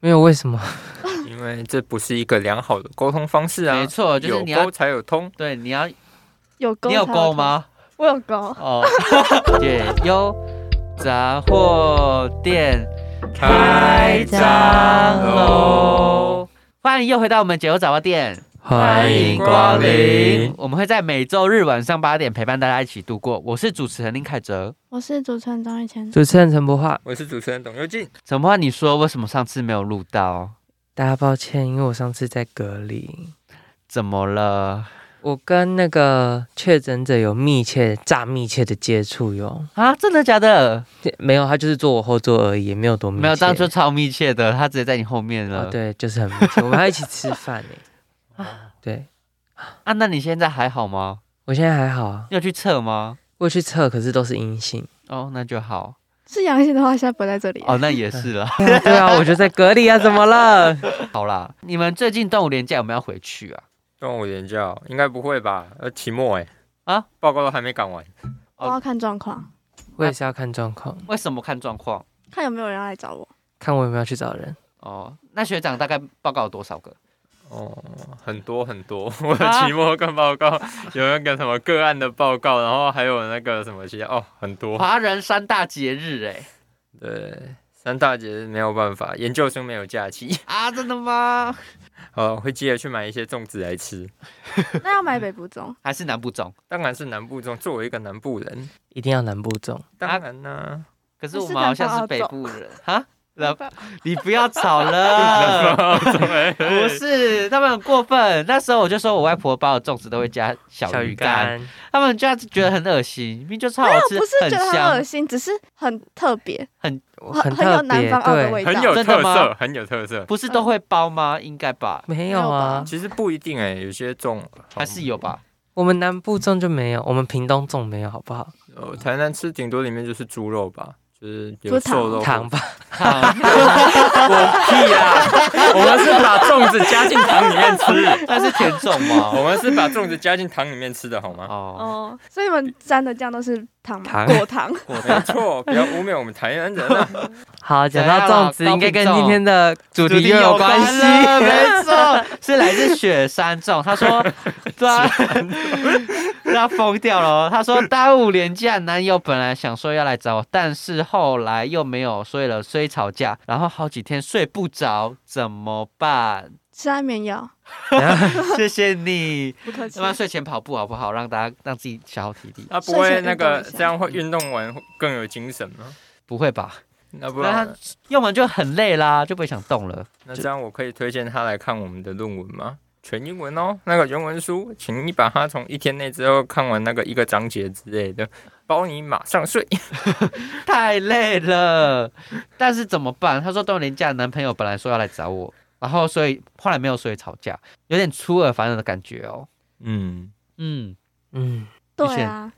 没有为什么？ 因为这不是一个良好的沟通方式啊没。错，就是有你要沟才有通，对你要有勾，你有勾？吗？我有勾。哦， 解忧杂货店开张喽！欢迎又回到我们解忧杂货店，欢迎光临。我们会在每周日晚上八点陪伴大家一起度过。我是主持人林凯哲。我是主持人张玉谦。主持人陈博化，我是主持人董佑进。怎么话你说为什么上次没有录到？大家抱歉，因为我上次在隔离，怎么了我跟那个确诊者有密切、炸密切的接触哟。 啊？真的假的？这没有，他就是坐我后座而已，也没有多密切。没有，当初超密切的，他直接在你后面了。 啊哦，对，就是很密切，我们还一起吃饭呢。 对，啊，那你现在还好吗？我现在还好啊，你有去测吗？我去测，可是都是阴性。 哦，那就好。是阳性的话，现在不在这里。哦，那也是啦。对啊，我就在隔离啊，怎么了？ 好啦，你们最近端午连假有没有要回去啊？端午连假应该不会吧？呃，期末哎、啊，报告都还没赶完。哦我要看状况，我也是要看状况，为什么看状况？看有没有人要来 找我。看我有没有去找人。哦，那学长大概报告有多少个？哦，很多很多， 我的啊期末跟报告、有那个什么个案的报告，然后还有那个什么其他哦，很多。华人三大节日、欸，对，三大节日没有办法，研究生没有假期， 啊，真的吗？呃，会记得去买一些粽子来吃。那要买北部粽，还是南部中？当然是南部粽，作为一个南部人，一定要南部粽，啊当然呢、可是我是们好南像方是澳北洲部人哈。南你不要吵 了，不是他们很过分。那时候我就说我外婆包的粽子都会加小鱼干，，他们就觉得很恶心，明明就超好吃，不是很觉得很恶香，心，只是很特别，很很有特南别，方澳的对，味道。很有真特的吗色，很有特色。不是都会包吗？应该吧，没有有啊吧，其实不一定哎、有些粽还是有吧？我们南部粽就没有，我们屏东粽没有，好不好？呃，台南吃顶多里面就是猪肉吧，就是有猪肠瘦肉或糖吧， 好，屁啦！我们是把粽子加进糖里面吃，那是甜粽吗？我们是把粽子加进糖里面吃的好吗？哦，哦，所以你们沾的酱都是糖吗？糖果糖。没错，不要污蔑我们台南人啊！好，讲怎到样啦粽子，应该跟高屏粽今天的主题又有关系。了 没错，是来自雪山粽。他说，对啊，他疯掉了哦。他说，端午连假，男友本来想说要来找我，但是后来又没有睡了，所以吵架，然后好几天睡不着，怎么 办？ 吃安眠药，谢谢你， 不客气那。么睡前跑步啊好不好？让大家让自己消耗体力，那不会睡前那运动个一下这样会运动完更有精神吗？不会吧？那不啊那然他用完就很累啦，就不会想动了。那这样我可以推荐他来看我们的论文吗？全英文哦，那个原文书，请你把它从一天内之后看完那个一个章节之类的，包你马上睡。 太累了，但是怎么办？她说端午连假，男朋友本来说要来找我，然后所以后来没有，所以吵架，有点出尔反尔的感觉哦。嗯，嗯，嗯，对啊，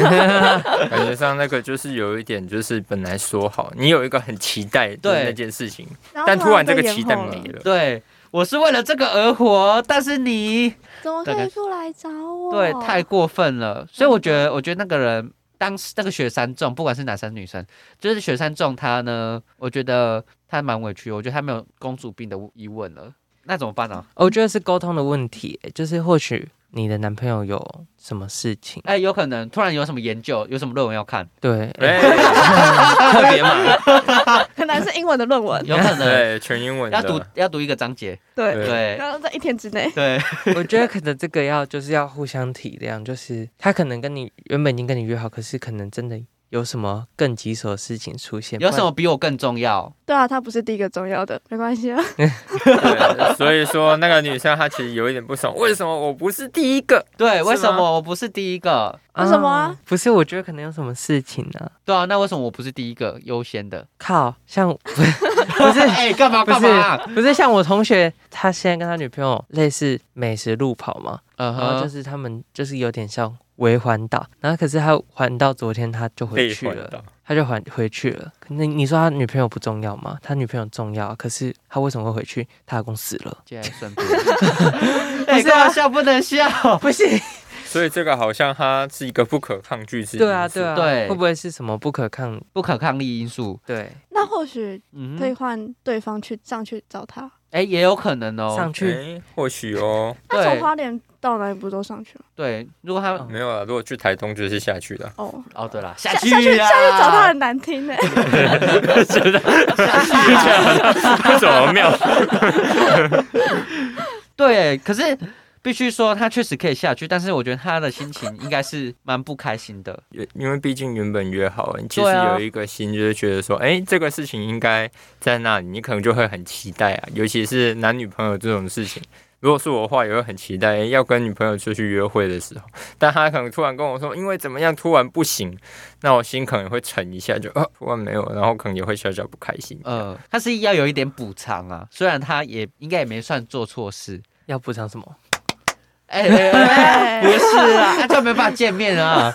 感觉上那个就是有一点，就是本来说好，你有一个很期待对的那件事情，然后但突然这个被期延待后没了，了。对，我是为了这个而活，但是你怎么大可概以不来找我？对 太过分了，所以我觉得，我觉得那个人。当时那个雪山众，不管是男生女生，就是雪山众，他呢，我觉得他蛮委屈，我觉得他没有公主病的疑问了，那怎么办呢、哦我觉得是沟通的问题，欸就是或许你的男朋友有什么事情，哎、有可能突然有什么研究，有什么论文要看，对，欸哎，特别 嘛，可能是英文的论文，有可能 对，全英文的要读要读一个章节，对，对然后在一天之内，对，我觉得可能这个要就是要互相体谅，就是他可能跟你原本已经跟你约好，可是可能真的有什么更棘手的事情出现，有什不么比我更重要？对啊，它不是第一个重要的，没关系啊。对，所以说那个女生她其实有一点不爽，为什么我不是第一个？对，是为什吗么我不是第一个？然？有什么啊啊？不是，我觉得可能有什么事情呢、啊？对啊，那为什么我不是第一个优先的？靠，像不是不是哎，干嘛不干嘛？ 是不是像我同学，他现在跟他女朋友类似美食路跑嘛，呃嗯然后就哼，是他们就是有点像围环岛，然后可是他环到昨天他就回去被环了，到他就环回去了。可你你说他女朋友不重要吗？他女朋友重要，可是他为什么会回去？他老公死了， 接下来顺便。哎，干嘛笑不能笑？不是所以这个好像它是一个不可抗拒之因素。对啊，对啊，对会不会是什么不可抗？不可抗力因素。对，那或许嗯可以哼，换对方去上去找他。哎、也有可能哦上。哎、去或许哦，那从对花莲到哪里不都上去吗？对，如果他嗯没有啊。如果去台东就是下去了，哦，哦，对了，下下去下去啦下去找他很难 听呢。不怎么妙。对，可是必须说他确实可以下去，但是我觉得他的心情应该是蛮不开心 的。因为毕竟原本约好了，你其实对啊有一个心就是觉得说，哎、这个事情应该在那里，你可能就会很期待啊。尤其是男女朋友这种事情，如果是我的话，也会很期待、诶要跟女朋友出去约会的时候。但他可能突然跟我说，因为怎么样，突然不行，那我心可能会沉一下就，啊突然没有，然后可能也会小小不开心。呃，他是要有一点补偿啊，虽然他也应该也没算做错事。要补偿什么？ 哎、哎哎哎不是啊，他就没办法见面啊。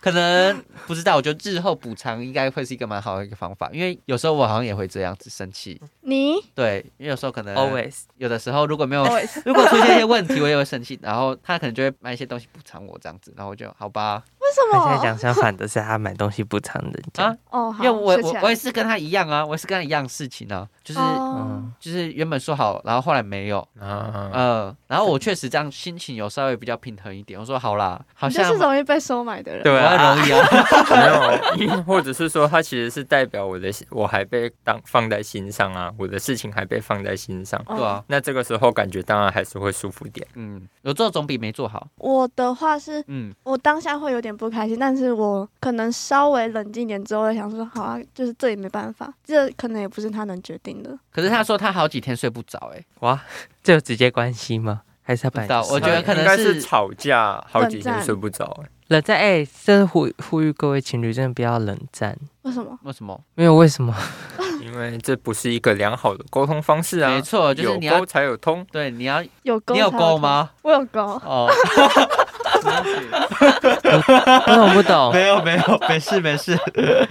可能不知道，我觉得日后补偿应该会是一个蛮好的一个方法，因为有时候我好像也会这样子生气。你对，因为有时候可能 always 有的时候如果没有 always 如果出现一些问题，我也会生气，然后他可能就会买一些东西补偿我这样子，然后我就好吧，为什他现在么？讲相反的是，他买东西补偿人家。啊哦，因好，为我学起我来我也是跟他一样啊，我也是跟他一样事情啊，就是、哦嗯，就是原本说好，然后后来没有，啊，嗯，然后我确实这样心情有稍微比较平衡一点，我说好啦，好你就像是容易被收买的人。对我很啊，容易 啊，没有， 或者是说，他其实是代表我的，我还被当放在心上啊，我的事情还被放在心上。哦对啊，那这个时候感觉当然还是会舒服一点。嗯，有做总比没做好，我的话是嗯，我当下会有点不开心，但是我可能稍微冷静一点之后，我想说，好啊，就是这也没办法，这可能也不是他能决定的。可是他说他好几天睡不着、欸，哇，这有直接关系吗？还是他本来就不知道我觉得是可能应该是是吵架好几冷天战睡不着。冷战。哎、真的呼呼吁各位情侣，真的不要冷战。为什么？为什么？没有为 什么？因为这不是一个良好的沟通方式啊。没错，就是你有沟要才有通。 对你要有勾？你有勾？吗？我有勾。哦，我懂不懂？ 没有没有，没事没事，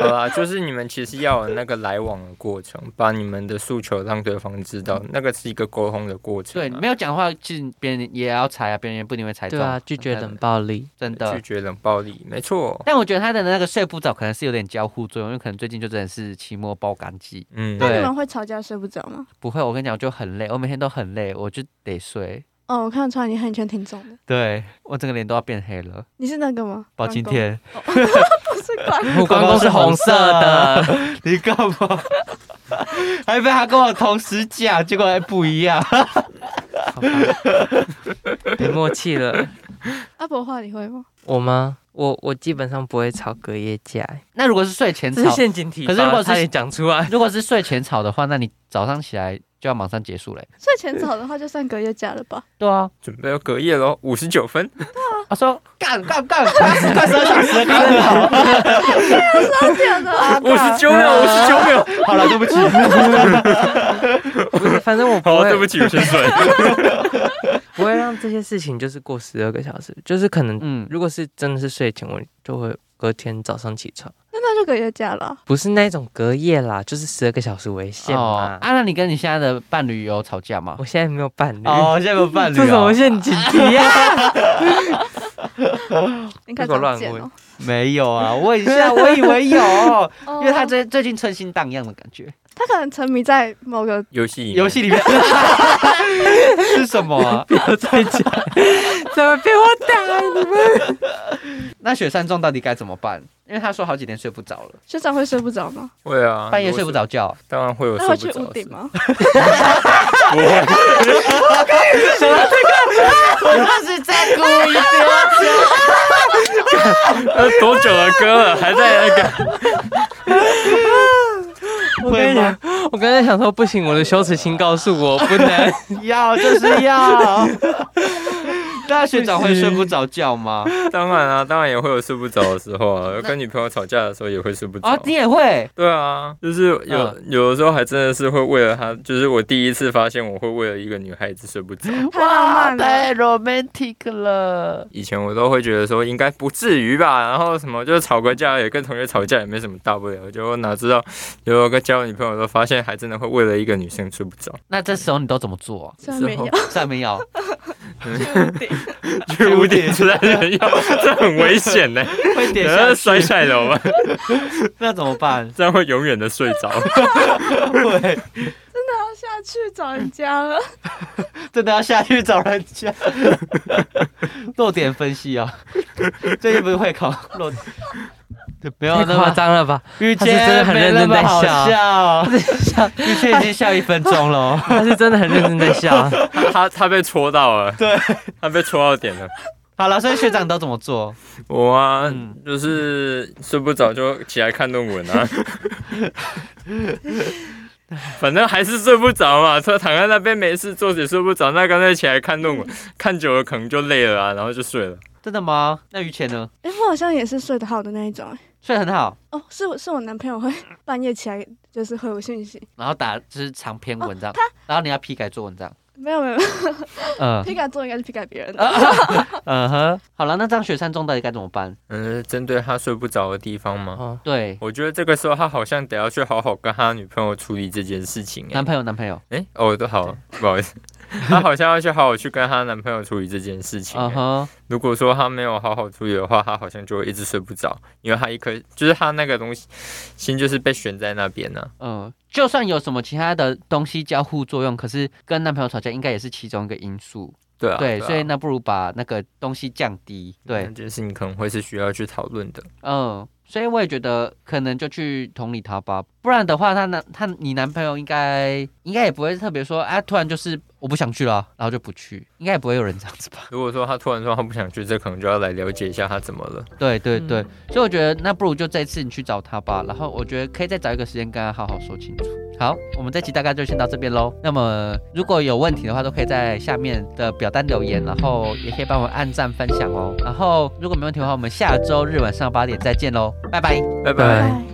好啦，就是你们其实要有那个来往的过程，把你们的诉求让对方知道，那个是一个沟通的过程、 对，啊。你没有讲话，其实别人也要踩啊，别人也不一定会踩中。对啊，拒绝冷暴力。真拒的。绝冷暴力，没错。但我觉得他的那个睡不着，可能是有点交互作用，因为可能最近就真的是期末爆肝季。嗯，那对你们会吵架睡不着吗？不会，我跟你讲，我就很累，我每天都很累，我就得睡。哦，我看得出来你黑圈挺重的。对我整个脸都要变黑了，你是那个吗？包青天， 关公，不是关公。 目 光都是红色的，你干嘛？还被他跟我同时讲，结果还不一样。好吧 没默契了。阿伯话你会吗？我吗？我我基本上不会吵隔夜架、欸 那如果是睡前这是吵，陷阱题吧。可是如果是差点讲出来，如果是睡前吵的话，那你早上起来就要马上结束嘞。睡前吵的话就算隔夜架了 吧？对啊，准备要隔夜喽，五十九 分。他说干干干，快十快十二小时了，刚好。真的啊五十九秒，五十九秒。好了，对不起。嗯不是反 正我 哦不好，会哦对不起，我先睡。 不会让这些事情就是过十二个小时，就是可能嗯，如果是真的是睡前，我就会隔天早上起床，那那就隔夜架了啊。不是那种隔夜啦，就是十二个小时为限哦，嘛。啊，那你跟你现在的伴侣有吵架吗？我现在没有伴侣，哦，现在有伴侣、这什么陷阱题啊？ 你如果看长乱见哦。没 有啊，问一下，我以为有，哦因为他最最近春心荡漾的感觉。他可能沉迷在某个游戏游戏里 面 是什么、啊？不要再讲，怎么被我打？你们那雪山中到底该怎么办？因为他说好几天睡不着了，学长会睡不着吗？会啊，半夜睡不着，着觉。当然会有那会睡去不屋着的顶 时候。吗？不会。他是在故意的。呃，多久的歌了，还在 那个？我跟你讲，我刚才想说不行，我的羞耻心告诉我不能。要就是要。那学长会睡不着觉吗？当然啊，当然也会有睡不着的时候啊，跟女朋友吵架的时候也会睡不着。啊，你也会？对啊，就是有、有的时候还真的是会为了她，就是我第一次发现我会为了一个女孩子睡 不着。 太浪漫了太 romantic 了。以前我都会觉得说应该不至于吧，然后什么就是吵个架也跟同学吵架也没什么大不了，结果哪知道有个交女朋友都发现还真的会为了一个女生睡不着。哦那这时候你都怎么做、虽然没有，上面要去屋顶出来人妖， 这很危险呢，会点然后下摔去，下来怎么办？那怎么办？ 这样会永远的睡 着。对，要下去找人 家了。真的要下去找人家。弱点分析啊，最近不是会考弱点？对没有 太那夸么张了吧？遇他是真的见很没认那真么在好笑笑，遇见已经笑一分钟了 哦。 他是真的很认真在笑。他他他被戳到了，对，他被戳到点了。好了，所以学长都怎么做？我啊嗯，就是睡不着就起来看论文啊， 反正还是睡不着嘛，所以躺在那边没事做也睡不着，那干脆起来看论文，看久了可能就累了啊，然后就睡了。真的吗？那于谦呢？哎、我好像也是睡得好的那一种、哎睡得很好，哦，是我是我男朋友会半夜起来就是回我讯息，然后打就是长篇文章，他然后你要批改做文章。没有没有， 嗯批改做应该是批改别人的。嗯哼，好了，那这样雪山中到底该怎么办？嗯，针对他睡不着的地方吗？哦，对，我觉得这个时候他好像得要去好好跟他女朋友处理这件事情、欸。男朋友，男朋友，哎、哦，都好，不好意思， 她好像要去好好去跟她男朋友处理这件事情、嗯哼，如果说她没有好好处理的话，她好像就会一直睡不着，因为她一颗就是她那个东西心就是被悬在那边呢、啊嗯，就算有什么其他的东西交互作用，可是跟男朋友吵架应该也是其中一个因素。对啊，对，啊所以那不如把那个东西降低。那对，件事情可能会是需要去讨论的。嗯，所以我也觉得可能就去同理他吧，不然的话，他男他你男朋友应该应该也不会特别说，啊，突然就是我不想去了，然后就不去，应该也不会有人这样 子吧？如果说她突然说她不想去，这可能就要来了解一下她怎么了。对对对，嗯所以我觉得那不如就这一次你去找他吧，然后我觉得可以再找一个时间跟他好好说清楚。好，我们这期大概就先到这边喽。那么如果有问题的话，都可以在下面的表单留言，然后也可以帮我们按赞分享哦。然后如果没问题的话，我们下周日晚上八点再见喽，拜拜。拜拜拜拜。哎